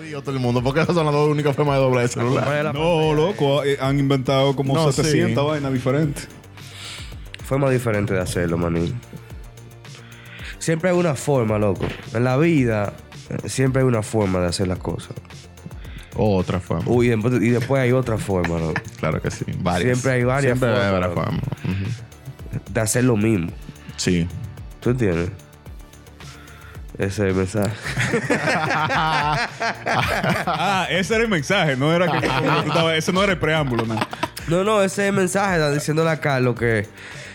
río todo el mundo, porque esas son las dos únicas formas de doblar el celular. No, loco, eh, han inventado como No, 700 sí. vainas diferentes. Forma diferente de hacerlo, maní. Siempre hay una forma, loco. En la vida, eh, siempre hay una forma de hacer las cosas. Otra fama. Uy, y después, y después hay otra forma, loco. Claro que sí. Varias. Siempre hay varias Siempre hay formas. varias formas. Ujú. De hacer lo mismo. Sí. ¿Tú entiendes? Ese es el mensaje. Ah, ese era el mensaje, no era que. no, ese no era el preámbulo, man. No, no, ese es el mensaje. Está diciéndole a Carlos que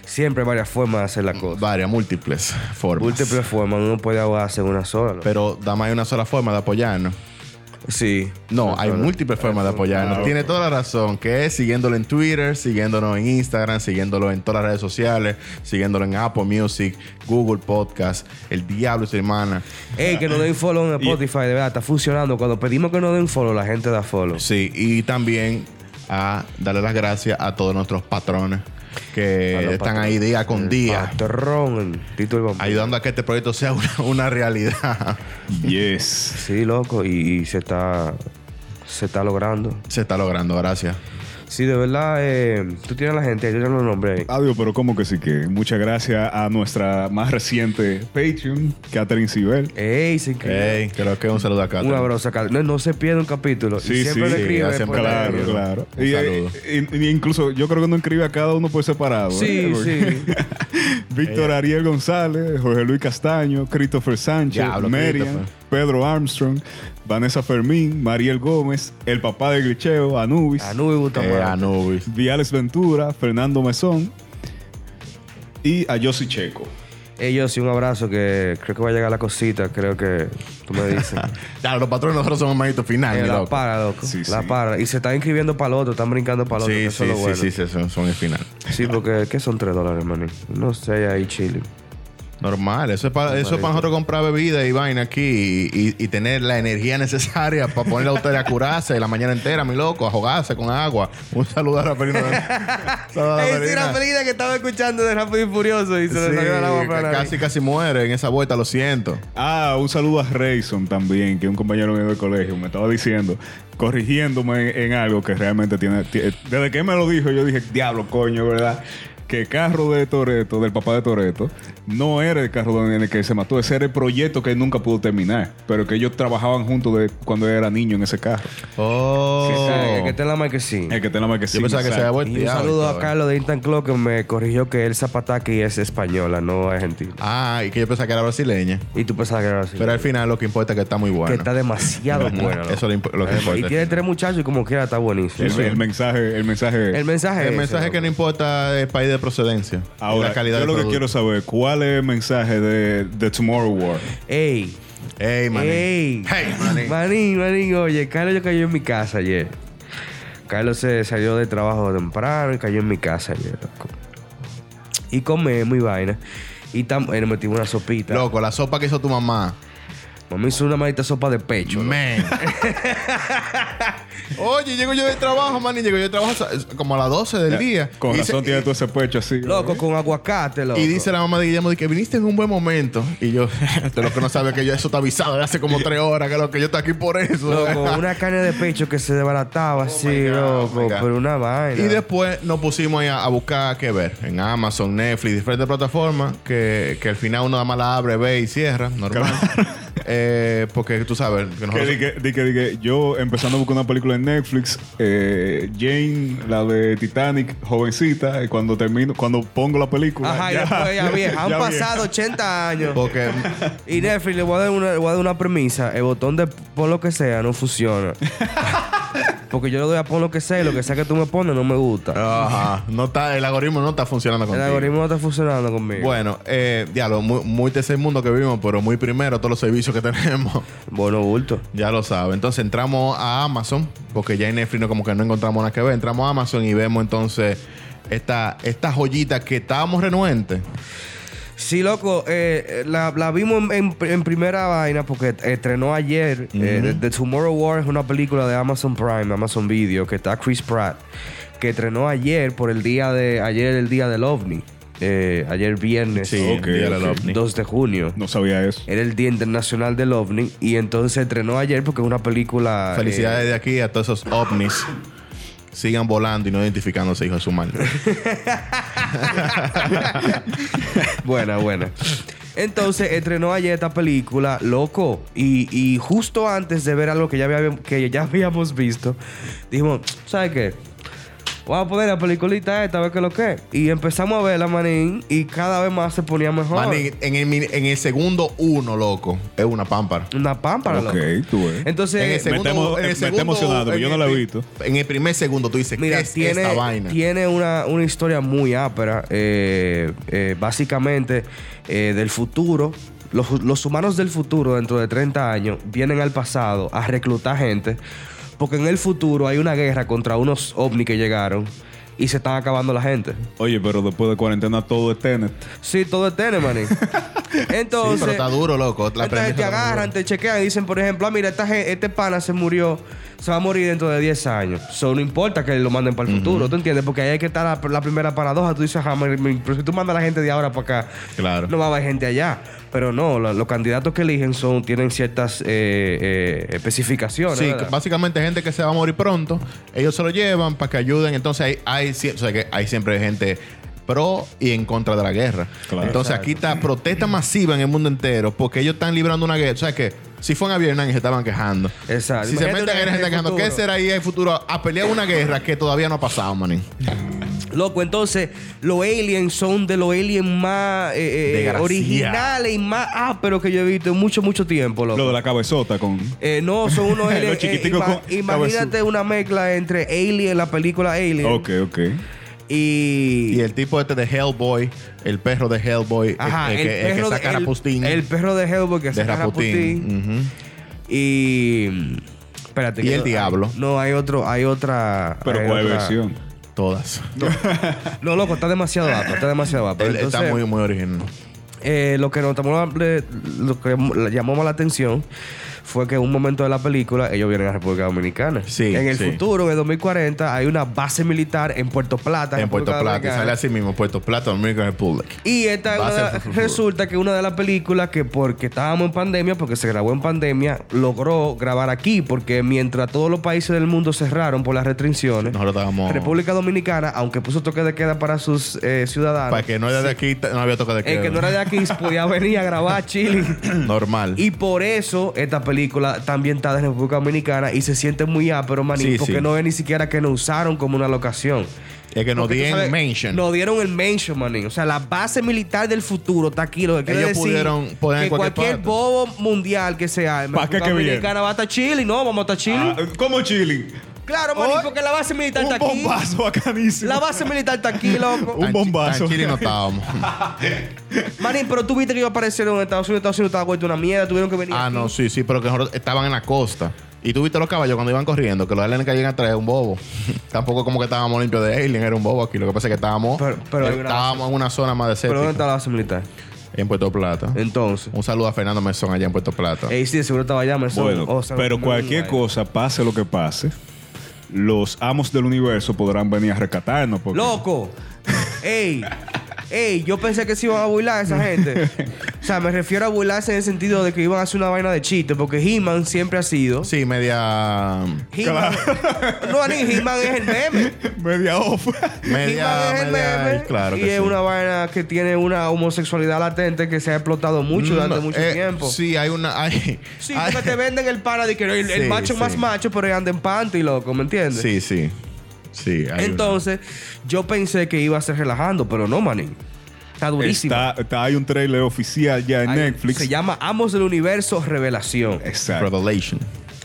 siempre hay varias formas de hacer las cosas. Varias, múltiples formas. Múltiples formas, uno puede hacer una sola. loco. Pero nada más hay una sola forma de apoyarnos. Sí. No, Una hay sola. múltiples formas de apoyarnos. Tiene toda la razón, que es siguiéndolo en Twitter, siguiéndonos en Instagram, siguiéndolo en todas las redes sociales, siguiéndolo en Apple Music, Google Podcast, El Diablo y su hermana. Ey, que nos den follow en Spotify, de verdad, está funcionando. Cuando pedimos que nos den follow, la gente da follow. Sí, y también a darle las gracias a todos nuestros patrones que A los Eh, están patrones. ahí día con El día, Patrón, Tito el Bombón. ayudando a que este proyecto sea una, una realidad. Yes. Sí, loco, y, y se está se está logrando. Se está logrando, gracias. Sí, de verdad, eh, tú tienes la gente, yo ya los nombré. Ah. Adiós, pero como que sí que. Muchas gracias a nuestra más reciente Patreon, Catherine Sibel. Ey, sin que. Ey, creo que un saludo acá. Un abrazo, Carlos. No, no se pierde un capítulo. Sí, y siempre sí, lo sí, escribe. siempre por la- ahí. Claro, claro. Un Y, eh, saludo. y- y incluso yo creo que no escribe a cada uno por separado. Sí, ¿eh? Porque- Víctor Ariel González, Jorge Luis Castaño, Christopher Sánchez, Diablo, Merian, Christopher. Pedro Armstrong, Vanessa Fermín, Mariel Gómez, el papá de Glitcheo, Anubis, Anubis Bustamante. Eh, Anubis. Viales Ventura, Fernando Mesón y a Yossi Checo. Ellos sí, un abrazo que creo que va a llegar la cosita, creo que tú me dices. Ya, los patrones nosotros somos maguitos final, Eh, mi la loco. para, loco. Sí, la sí. para. Y se están inscribiendo para el otro, están brincando para el otro. que Sí, eso sí, es lo bueno. sí, sí, sí, son, son el final. Sí, porque ¿qué son 3 dólares, maní? No sé, ahí chile. Normal, eso es para eso es para nosotros comprar bebida y vaina aquí y, y- y tener la energía necesaria para ponerle a ustedes a curarse la mañana entera, mi loco, a jugarse con agua. Un saludo a la Perina. Un saludo a la Perina. Felina que estaba escuchando de Rápido y Furioso y Sí, casi, casi muere en esa vuelta, lo siento. Ah, un saludo a Rayson también, que es un compañero mío del colegio me estaba diciendo, corrigiéndome en, en algo que realmente tiene, tie- Desde que me lo dijo, yo dije, diablo, coño, ¿verdad? Que el carro de Toreto, del papá de Toreto, no era el carro en el que se mató, ese era el proyecto que él nunca pudo terminar, pero que ellos trabajaban juntos de cuando él era niño en ese carro. Oh, Eh, que está en la marquesina. El que tenemos que yo pensaba que se había vuelto. Y un saludo a Carlos de Intan Clock que me corrigió que él zapataki es española, no argentina. Ah, y que yo pensaba que era brasileña. Y tú pensabas que era así. Pero al final lo que importa es que está muy bueno. que está demasiado buena. Eso es lo, impo- lo que Y importa. tiene tres muchachos y como quiera está buenísimo. El, el mensaje, el mensaje. El mensaje El es mensaje ese, que no importa el país de procedencia. y Ahora, la calidad yo del lo que producto. quiero saber, ¿cuál es el mensaje de, de Tomorrow War? Ey, Ey, maní. ey. Hey, maní. Manín, manín, oye, Carlos yo cayó en mi casa ayer. Carlos se salió de trabajo temprano y cayó en mi casa ayer. loco. Y comemos y vaina. Y tam- eh, nos metimos una sopita. Loco, la sopa que hizo tu mamá. Mami hizo una maldita sopa de pecho. loco. Man. Oye, llego yo del trabajo, man, y llego yo del trabajo sa- como a las 12 del día. Con y razón dice- tiene todo ese pecho así. Loco, con aguacate, loco. y dice la mamá de Guillermo de que viniste en un buen momento. Y yo, de lo que no sabe que yo eso está avisado de hace como tres horas, que lo que yo estoy aquí por eso. Loco, una carne de pecho que se desbarataba así, my God, loco. oh my God. pero una vaina. Y después nos pusimos ahí a, a buscar qué ver en Amazon, Netflix, diferentes plataformas que, que al final uno nada más la abre, ve y cierra, normal. Eh, porque tú sabes que Que nosotros. di que- di que- di que yo empezando a buscar una película en Netflix, eh, Jane, la de Titanic, jovencita, y cuando termino, cuando pongo la película. Ajá, y después ya vieja. Han ya pasado 80 años. Porque Y Netflix le voy a dar una, le voy a dar una premisa. El botón de pon lo que sea no funciona. Porque yo le doy a pon lo que sea y lo que sea que tú me pones no me gusta. Ah, ajá, no está, el algoritmo no está funcionando El contigo. algoritmo no está funcionando conmigo. Bueno, Bueno, eh, diablo, muy, muy tercer mundo que vivimos, pero muy primero todos los servicios que tenemos. bulto. Ya lo sabe. Entonces entramos a Amazon, porque ya en Netflix no, como que no encontramos nada que ver. Entramos a Amazon y vemos entonces esta, esta joyita que estábamos renuentes. Sí, loco, eh, eh, la, la vimos en, en- en primera vaina porque estrenó ayer. eh, The, The Tomorrow War es una película de Amazon Prime, Amazon Video, que está Chris Pratt, que estrenó ayer por el día de. Ayer el día del OVNI. eh, ayer viernes, Sí, Ok, el día del ok. ovni. 2 de junio. No sabía eso. Era el Día Internacional del OVNI y entonces se estrenó ayer porque es una película... eh, Felicidades de aquí a todos esos ovnis. Sigan volando y no identificándose, hijos de su madre. eh, buena, buena. Entonces estrenó ayer esta película, loco. Y, y justo antes de ver algo que ya, habíamos, que ya habíamos visto, dijimos, ¿sabes qué? Vamos a poner la peliculita esta, a ver qué es lo que es. Y empezamos a verla, manín, y cada vez más se ponía mejor. Manny, en, el, min- en el segundo uno, loco, es una pámpara. Una pámpara, ok, loco. tú ves. Entonces, En el Me está emo- segundo, en el me está segundo- emocionando, porque en yo no el la he pri- visto. En el primer segundo tú dices, Mira, ¿qué es tiene, esta vaina? tiene una, una historia muy ápera, eh, eh, básicamente eh, del futuro. Los, los humanos del futuro, dentro de 30 años, vienen al pasado a reclutar gente, porque en el futuro hay una guerra contra unos ovnis que llegaron y se están acabando la gente. Oye, pero después de cuarentena todo es tenet. Sí, todo es tene, maní. Sí, Entonces, pero está duro, loco. La entonces te premisa está muy agarran, te chequean y dicen, por ejemplo, ah, mira, esta gen- este pana se murió, se va a morir dentro de 10 años. So, no importa que lo manden para el futuro, ¿tú entiendes? Porque ahí hay que estar la, la primera paradoja. Tú dices, ajá, me- me- pero si tú mandas a la gente de ahora para acá, Claro. no va a haber gente allá. Pero no, la- los candidatos que eligen son tienen ciertas eh, eh, especificaciones. Sí, ¿verdad? básicamente gente que se va a morir pronto, ellos se lo llevan para que ayuden. Entonces hay, hay, sie- o sea, que hay siempre gente pro y en contra de la guerra. Claro. Entonces Exacto. aquí está protesta masiva en el mundo entero porque ellos están librando una guerra. O sea que si fueron a Vietnam y se estaban quejando. Exacto. Si se Imagínate meten a una guerra, se están guerra en el quejando. ¿Qué futuro. será ahí en el futuro? A pelear una guerra que todavía no ha pasado, manín. Loco, entonces los aliens son de los aliens más eh, eh, Desgraciado. originales y más ásperos que yo he visto en mucho, mucho tiempo, loco. Lo de la cabezota con. Eh, no, son unos Los aliens. eh, chiquiticos ima- con imagínate cabezú. una mezcla entre Alien, la película Alien, Ok, ok. y. Y el tipo este de Hellboy, el perro de Hellboy, Ajá, el, que- el que, perro de- saca el- Rasputín. El perro de Hellboy que de saca Rasputín. Rasputín. Ujú. Y. Espérate. Y que el no- diablo. No, hay otro, hay otra. Pero hay cuál otra- versión. Todas. No, loco, está demasiado guapo, está demasiado guapo. Él- Entonces, está muy, muy original. eh, lo que nos tomó la- le- lo que la- llamó más la atención fue que en un momento de la película ellos vienen a República Dominicana. Sí, en el sí. futuro, en el 2040, hay una base militar en Puerto Plata. En Puerto República Plata, y Dominicana. sale así mismo, Puerto Plata, Dominican Republic. Y esta es Va a una de ser las- fu- fu- fu- resulta que una de las películas que porque estábamos en pandemia, porque se grabó en pandemia, logró grabar aquí, porque mientras todos los países del mundo cerraron por las restricciones, Nosotros estábamos. República Dominicana, aunque puso toque de queda para sus eh, ciudadanos, Para que no era de aquí, t- no había toque de queda. el que no era de aquí podía venir a grabar a Chile. Normal. Y por eso esta película está ambientada en República Dominicana y se siente muy ápero, maní, Sí, porque sí. no es ni siquiera que nos usaron como una locación. es que nos Porque tú sabes, dieron mention. Nos dieron el mention, manín. O sea, la base militar del futuro está aquí. Lo que quiere Ellos decir pudieron poner en que cualquier cualquier parte. bobo mundial que sea. ¿Pa' qué que viene? Dominicana va a estar chile. No, vamos a estar chile. Ah, ¿Cómo chilling? claro, manín, Oh, porque la base militar Un está aquí. bombazo bacanísimo. La base militar está aquí, loco. un Tan chi- bombazo. tan chile no estábamos. manín, pero tú viste que ellos aparecieron en Estados Unidos. Estados Unidos estaba vuelto una mierda. Tuvieron que venir ah, aquí. no, sí, sí, pero que nosotros estaban en la costa. Y tú viste los caballos cuando iban corriendo, que los aliens que llegan atrás es un bobo. Tampoco como que estábamos limpios de alien, era un bobo aquí. Lo que pasa es que estábamos, Pero- pero hay una- estábamos en una zona más ¿Pero dónde desértica. está la base militar? En Puerto Plata. Entonces. Un saludo a Fernando Mesón allá en Puerto Plata. Ey, sí, seguro estaba allá. me son- Bueno, o sea, pero me- cualquier me- cosa, pase lo que pase, los amos del universo podrán venir a rescatarnos. Porque... ¡Loco! ¡Ey! ¡Ey! Yo pensé que se iban a burlar a esa gente. O sea, me refiero a burlarse en el sentido de que iban a hacer una vaina de chiste, porque He-Man siempre ha sido. Sí, media. He-Man. No, ni He-Man es el meme. Media off. Media. He-Man es el media- meme. claro y que es sí. una vaina que tiene una homosexualidad latente que se ha explotado mucho No, durante mucho eh, tiempo. Sí. Sí, hay una. Hay, hay- porque te venden el para de que el, el Sí, macho más sí. macho, pero anda en panty, loco, ¿me entiendes? sí, sí. Sí, hay Entonces, yo pensé que iba a ser relajando, pero no, manín. Está durísimo. Está, está- hay un trailer oficial ya en Hay- Netflix. Se llama Amos del Universo Revelación. Eh. una Exacto. revelation.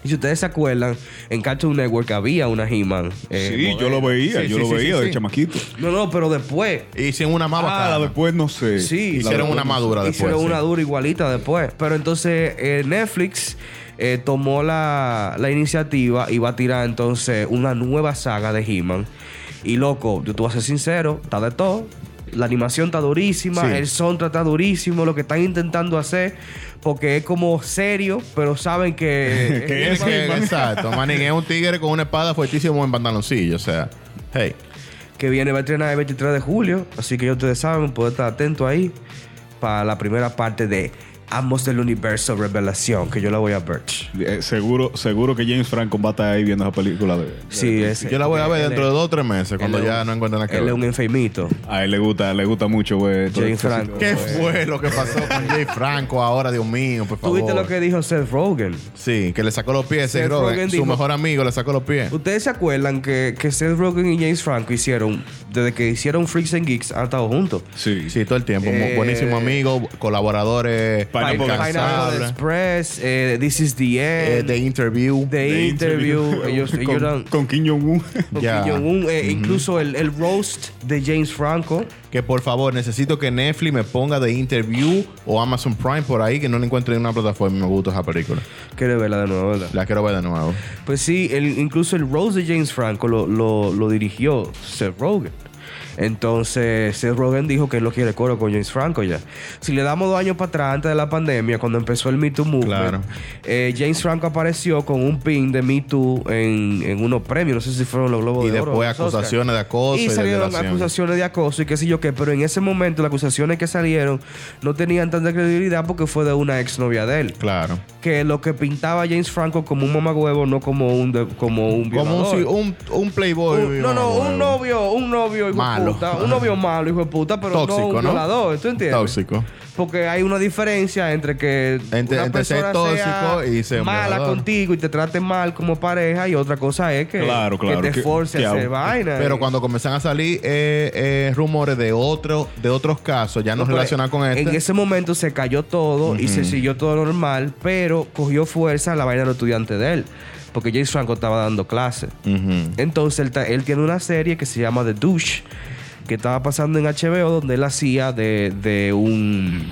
Y si ustedes se acuerdan, en Cartoon Network había una He-Man. eh, sí, moderna. yo lo veía, Sí, yo sí, lo sí, veía sí, de sí. chamaquito. No, no, pero después. Hicieron una más Ah, la bacana. después no sé. Sí. La Hicieron después una no sé. madura después. hicieron sí. una dura igualita después. Pero entonces eh, Netflix eh, tomó la, la iniciativa y va a tirar entonces una nueva saga de He-Man. Y loco, yo te voy a ser sincero, está de todo. La animación está durísima, Sí. el soundtrack está durísimo, lo que están intentando hacer, porque es como serio, pero saben que... Que es Tiene que- He-Man. exacto, manín. Es un tigre con una espada fuertísimo en pantaloncillo. O sea, hey. que viene va a estrenar el 23 de julio. Así que ya ustedes saben, pueden estar atentos ahí para la primera parte de Amos del Universo Revelación, que yo la voy a ver. Eh, seguro, seguro que James Franco va a estar ahí viendo esa película de. Sí, ese. Yo la voy a ver Él dentro es- de dos o tres meses, cuando él es ya un- no encuentren la que Él es ver. un enfermito. A él le gusta, le gusta mucho, güey. todo James este Franco. ¿Qué sitio. fue lo que pasó con Jay Franco ahora, Dios mío, por favor? ¿Tuviste lo que dijo Seth Rogen? Sí, que le sacó los pies. Seth Seth Rogen, Rogen su dijo- mejor amigo le sacó los pies. ¿Ustedes se acuerdan que, que Seth Rogen y James Franco hicieron, desde que hicieron Freaks and Geeks, han estado juntos? Sí. Sí, todo el tiempo. Eh, Mu- Buenísimo amigo, colaboradores, Pineapple incansables. Pineapple Express, eh, This is the Eh, End, The Interview. The Interview. Ellos, con, ellos eran- con Kim Jong-un. con Ya. Kim Jong-un, eh, Incluso el, el roast de James Franco. Que por favor, necesito que Netflix me ponga The Interview o Amazon Prime por ahí, que no la encuentro en una plataforma. Me gusta esa película. Quiere verla de nuevo, ¿verdad? La quiero ver de nuevo. Pues sí, el- incluso el roast de James Franco lo, lo- lo dirigió Seth Rogen. Entonces, Seth Rogen dijo que él lo quiere coro con James Franco ya. Si le damos dos años para atrás, antes de la pandemia, cuando empezó el Me Too Movement, Claro. eh, James Franco apareció con un pin de Me Too en, en unos premios, no sé si fueron los Globos Y de Oro o después los Oscar. acusaciones de acoso y, Y de salieron violación. acusaciones de acoso y qué sé yo qué, pero en ese momento las acusaciones que salieron no tenían tanta credibilidad porque fue de una exnovia de él Claro. que lo que pintaba a James Franco como un mamagüevo, no como un de- como un Como un, violador. si- un, un playboy. Un- no, no, un novio, un novio, hijo de Malo. puta, un novio malo, hijo de puta, pero no Tóxico, un ¿no? violador, ¿tú entiendes? Tóxico. Porque hay una diferencia entre que Entre- una entre ser persona tóxico sea y ser un mala violador. contigo y te trate mal como pareja y otra cosa es que, Claro, claro, que te que- force que a hacer ab- vaina. Pero Y- cuando comienzan a salir eh, eh, rumores de otro, de otros casos, ya no, pero relacionados con este. Pues, En ese momento se cayó todo y se siguió todo normal, pero cogió fuerza la vaina de los estudiantes de él, porque James Franco estaba dando clases. Ujú. Entonces él, ta- él tiene una serie que se llama The Douche, que estaba pasando en HBO, donde él hacía de, de un.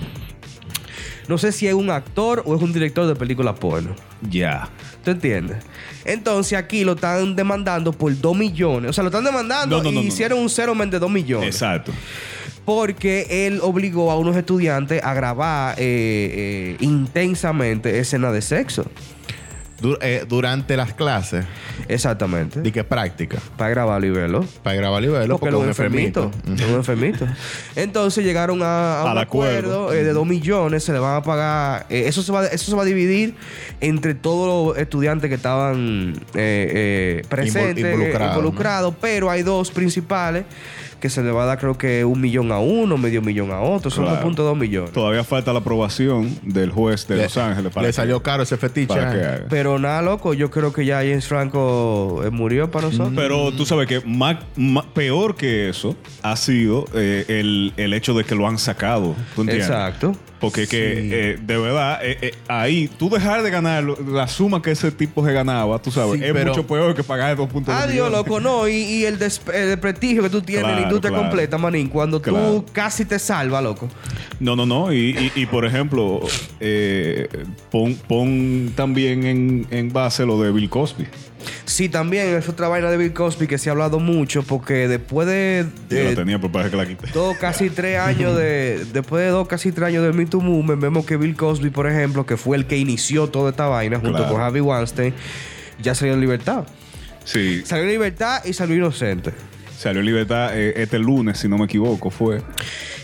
No sé si es un actor o es un director de películas porno. Ya. ¿Tú entiendes? Entonces aquí lo están demandando por 2 millones. O sea, lo están demandando No, no, y no, no, hicieron un cero de 2 millones. Exacto. Porque él obligó a unos estudiantes a grabar eh, eh, intensamente escenas de sexo. Du- eh, durante las clases, Exactamente. di que práctica, Para grabarlo y verlo. para grabar y verlo, Porque porque, era un un enfermito. enfermito. Era un enfermito. Entonces llegaron a, a Al un acuerdo, acuerdo. eh, de 2 millones. Se le van a pagar. eh, eso, se va, eso se va a dividir entre todos los estudiantes que estaban eh, eh, presentes, eh, involucrados, involucrados. ¿no? Pero hay dos principales que se le va a dar, creo que un millón a uno, medio millón a otro. Son Claro. 2.2 millones. Todavía falta la aprobación del juez de Los Ángeles para le que- salió caro ese fetiche. para que ¿eh? haga. Pero nada, loco. Yo creo que ya James Franco eh, murió para nosotros. Pero tú sabes que más, más- peor que eso ha sido eh, el, el hecho de que lo han sacado. ¿tú entiendes? Exacto. Porque Sí. que eh, de verdad, eh, eh, ahí tú dejar de ganar lo- la suma que ese tipo se ganaba, tú sabes, Sí, es pero- mucho peor que pagar 2.2 Adiós, millones. loco, no. Y, y el, des- eh, el prestigio que tú tienes en la Claro, industria claro. completa, manín, cuando Claro. tú casi te salva, loco. No, no, no. Y, y- y, por ejemplo, eh, pon, pon también en, en base lo de Bill Cosby. Sí, también es otra vaina de Bill Cosby que se ha hablado mucho porque después de, Yo de la tenía, pero parece que la quité. dos, casi tres años de... Después de dos, casi tres años del Me Too Movement, vemos que Bill Cosby, por ejemplo, que fue el que inició toda esta vaina junto Claro. con Harvey Weinstein, ya salió en libertad. Sí, Salió en libertad y salió inocente. salió en libertad eh, este lunes, si no me equivoco, fue.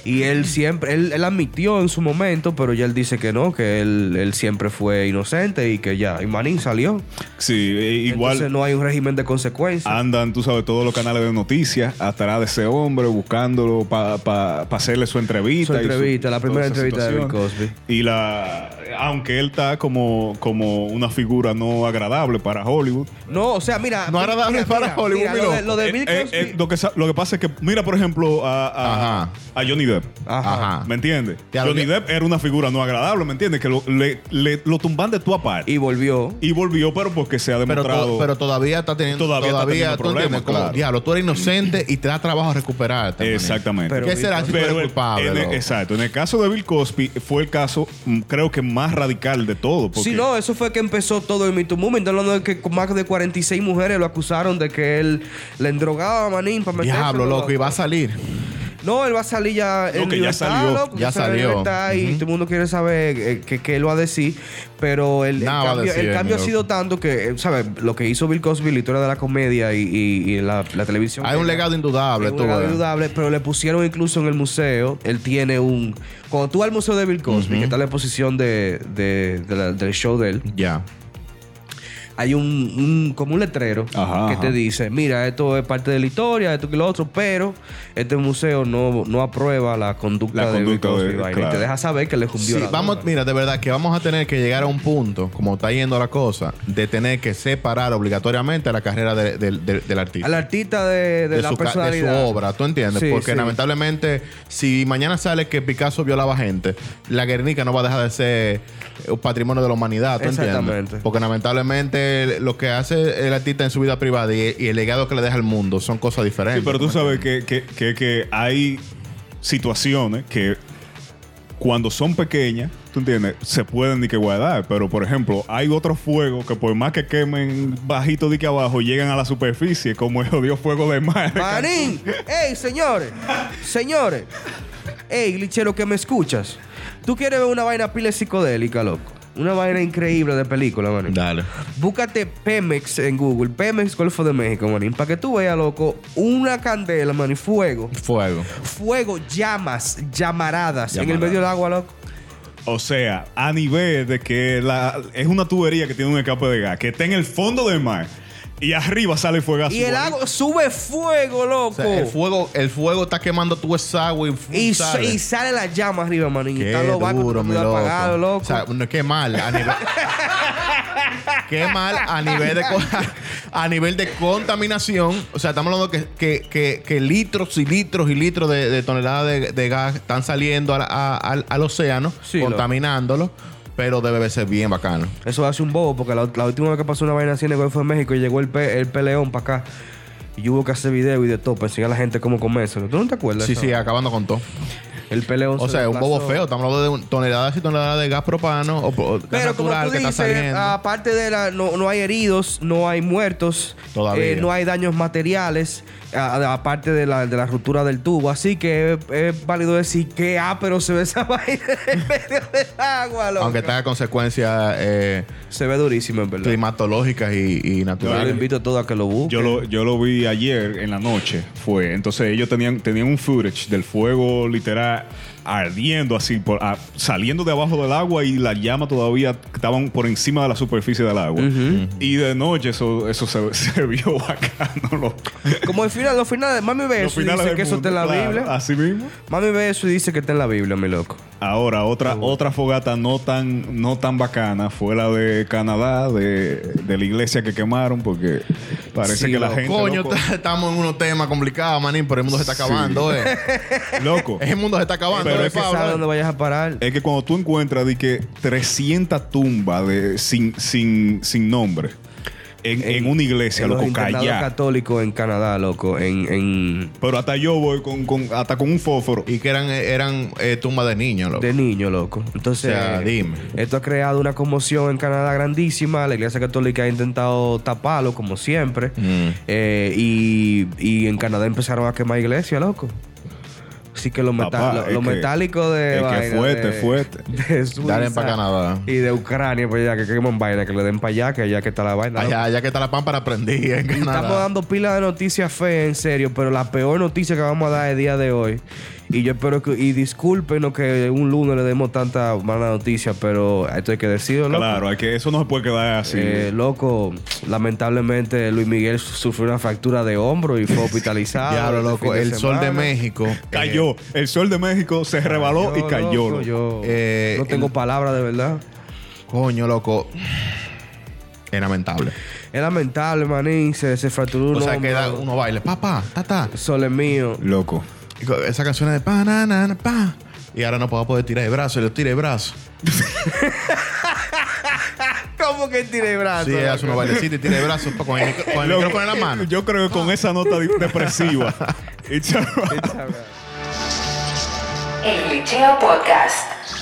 Y él siempre, él, él admitió en su momento, pero ya él dice que no, que él, él siempre fue inocente y que ya, y Manin salió. Sí, eh, igual. Ah. Entonces no hay un régimen de consecuencias. Andan, tú sabes, todos los canales de noticias atrás de ese hombre buscándolo para hacerle su entrevista. Su y entrevista, la primera toda esa entrevista de situación. Bill Cosby. Y la. Aunque él está como, como una figura no agradable para Hollywood. no, o sea, mira. No mira, agradable mira, para mira, Hollywood, mira, mi lo, de, loco. lo de Bill Eh, eh, Cosby. eh, lo, que, sa- lo que pasa es que, mira, por ejemplo, a, a, Ajá. a Johnny Depp. Ajá. Ajá. ¿Me entiendes? Ya, lo Johnny que- Depp era una figura no agradable, ¿me entiendes? Que lo, le, le- lo tumban de tu aparte. Y volvió. Y, volvió, pero porque se ha Pero, to- demostrado. pero todavía está teniendo Todavía todavía, está teniendo ¿tú problemas, entiendes? Como, claro. diablo, tú eres inocente y te da trabajo recuperarte. manín. Exactamente. Pero- ¿Qué será si tú Pero eres el- culpable? en el- loco? exacto. En el caso de Bill Cosby fue el caso, mm, creo que más radical de todo. Porque Sí, no, eso fue que empezó todo el Me Too Movement. Estamos hablando de que más de 46 mujeres lo acusaron de que él le endrogaba a Manín para meterse. Diablo, ¿no? loco, y va a salir. No, él va a salir ya. No, en que ya libertad, salió. Ya que sale en salió. libertad Y todo el mundo quiere saber eh, qué qué él va a decir. Pero el, el Nada va a cambio, el decir, cambio ha loco. sido tanto que, eh, ¿sabes? Lo que hizo Bill Cosby, la historia de la comedia y, y- y la, la televisión. Hay un legado indudable, Es un tú, legado eh. indudable, pero le pusieron incluso en el museo. Él tiene un. Cuando tú vas al museo de Bill Cosby, que está la exposición de, de- de la- del show de él, Ya. hay un, un- como un letrero Ajá, que ajá. te dice, mira, esto es parte de la historia, esto que lo otro, pero este museo no, no aprueba la conducta, La conducta de Bill Cosby. de- vaina". Y claro. te deja saber que le Sí, cumplió la vamos, droga. mira, de verdad que vamos a tener que llegar a un punto, como está yendo la cosa, de tener que separar obligatoriamente la carrera de- de- de- del artista. Al artista de, de de, la su, ca- de su personalidad. obra, ¿tú entiendes? Sí, Porque sí. lamentablemente, si mañana sale que Picasso violaba gente, la Guernica no va a dejar de ser eh, un patrimonio de la humanidad, ¿tú Exactamente. entiendes? Porque lamentablemente lo que hace el artista en su vida privada y, y el legado que le deja al mundo son cosas diferentes. Sí, pero tú sabes que, que- que- que hay situaciones que cuando son pequeñas, ¿tú entiendes? Se pueden ni que guardar, pero por ejemplo, hay otros fuegos que por más que quemen bajito de que abajo, llegan a la superficie, como el odio fuego de mar. Marín, ¡Ey, señores! ¡Señores! ¡Ey, glitchero que me escuchas! ¿Tú quieres ver una vaina pile psicodélica, loco? Una vaina increíble de película, manín. Dale. Búscate Pemex en Google, Pemex Golfo de México, manín, para que tú veas, loco, una candela, manín, fuego, Fuego. fuego, llamas, llamaradas, en el Llamaradas. medio del agua, loco. O sea, a nivel de que la, es una tubería que tiene un escape de gas, que está en el fondo del mar y arriba sale fuego Y el agua sube fuego, Ah, O loco. sea, el fuego, el fuego está quemando tu esa agua y, fu- y, sale. y sale la llama arriba, manín. y Qué están los barcos duro, mi todos loco. apagados, loco. O sea, no, qué mal a nivel... qué mal a nivel de co- a nivel de contaminación. O sea, estamos hablando que, que, que, que litros y litros y litros de, de toneladas de, de gas están saliendo a la- a- al, al océano, Sí, loco. contaminándolo. Pero debe ser bien bacano. Eso hace un bobo, porque la, la última vez que pasó una vaina así en el Golfo de México y llegó el, pe- el peleón para acá. Y hubo que hacer video y de todo para enseñar a la gente cómo comérselo. ¿Tú no te acuerdas? Sí, de sí, esa acabando con todo. vaina? El peleón. O se sea, es un bobo desplazó. feo. Estamos hablando de un- toneladas y toneladas de gas propano o, o gas Pero como natural tú que está dices, ah, saliendo. aparte de la, no, no hay heridos, no hay muertos, Todavía. eh, no hay daños materiales, a- aparte de la, de la ruptura del tubo. Así que es, es válido decir que ah, pero se ve esa vaina en medio del agua, loco. aunque tenga consecuencias eh, se ve durísimo, en verdad. climatológicas y, y Yo lo naturales. invito a todos a que lo busquen. Yo lo, yo lo vi ayer en la noche, fue. Entonces ellos tenían, tenían un footage del fuego literal ardiendo así, por, a- saliendo de abajo del agua y la llama todavía estaban por encima de la superficie del agua. Y de noche eso, eso se, se vio bacano, loco. Como el final, los finales, mami ve Los eso y finales dice del que eso está en la mundo, claro, Biblia. Así mismo. Mami ve eso y dice que está en la Biblia, mi loco. Ahora, otra, otra fogata no tan, no tan bacana fue la de Canadá, de, de la iglesia que quemaron, porque parece Sí, que la loco. gente. Coño, loco, estamos en unos temas complicados, manín, pero el mundo se está Sí. acabando, eh. loco. El mundo se está acabando, Pero eh, es que Pablo, sabe eh. dónde vayas a parar. es que cuando tú encuentras de que 300 tumbas de, sin, sin, sin nombre en, en una iglesia, en los loco, internados calla. católicos en Canadá, loco. En, en- Pero hasta yo voy con, con- hasta con un fósforo. Y que eran, eran eh, tumbas de niños, loco. de niño, loco. Entonces, O sea, dime. esto ha creado una conmoción en Canadá grandísima. La Iglesia Católica ha intentado taparlo, como siempre. Mm. Eh, y, y en Canadá empezaron a quemar iglesias, loco. Así que lo, meta- Papá, lo- es lo que- metálico de. es que vaina fuerte, de- fuerte. de Suiza Dale pa' Canadá. Y de Ucrania, pues ya que queman vaina, que le den para allá, que allá que está la vaina. loco. Allá, allá que está la pámpara prendida en Estamos Canadá. dando pila de noticias feas, en serio, pero la peor noticia que vamos a dar el día de hoy. Y yo espero que, y discúlpenos que un lunes le demos tanta mala noticia, pero esto hay que decirlo, loco. Claro, es que eso no se puede quedar así. Eh, loco, lamentablemente Luis Miguel su- sufrió una fractura de hombro y fue hospitalizado. Diablo, este fin loco. de El sol de semana. México. eh, cayó. El sol de México se rebaló Yo, y cayó. loco, loco. yo Eh, no tengo el- palabras de verdad. coño, loco. Es lamentable. Es lamentable, manín, se, se fracturó un O sea, que da hombro. uno baile. Papá, tata. Sole mío. Loco. Y co- Esa canción es de pa, na, na, na, pa. Y ahora no puedo poder tirar el brazo. Y le tira el brazo. ¿Cómo que tiene brazos? Sí, hace unos bailecitos y tira el brazo pa, con el, micro- con el Loco, micrófono en la mano. Yo creo que con esa nota di- depresiva. It's a wrap. El Glitcheo Podcast.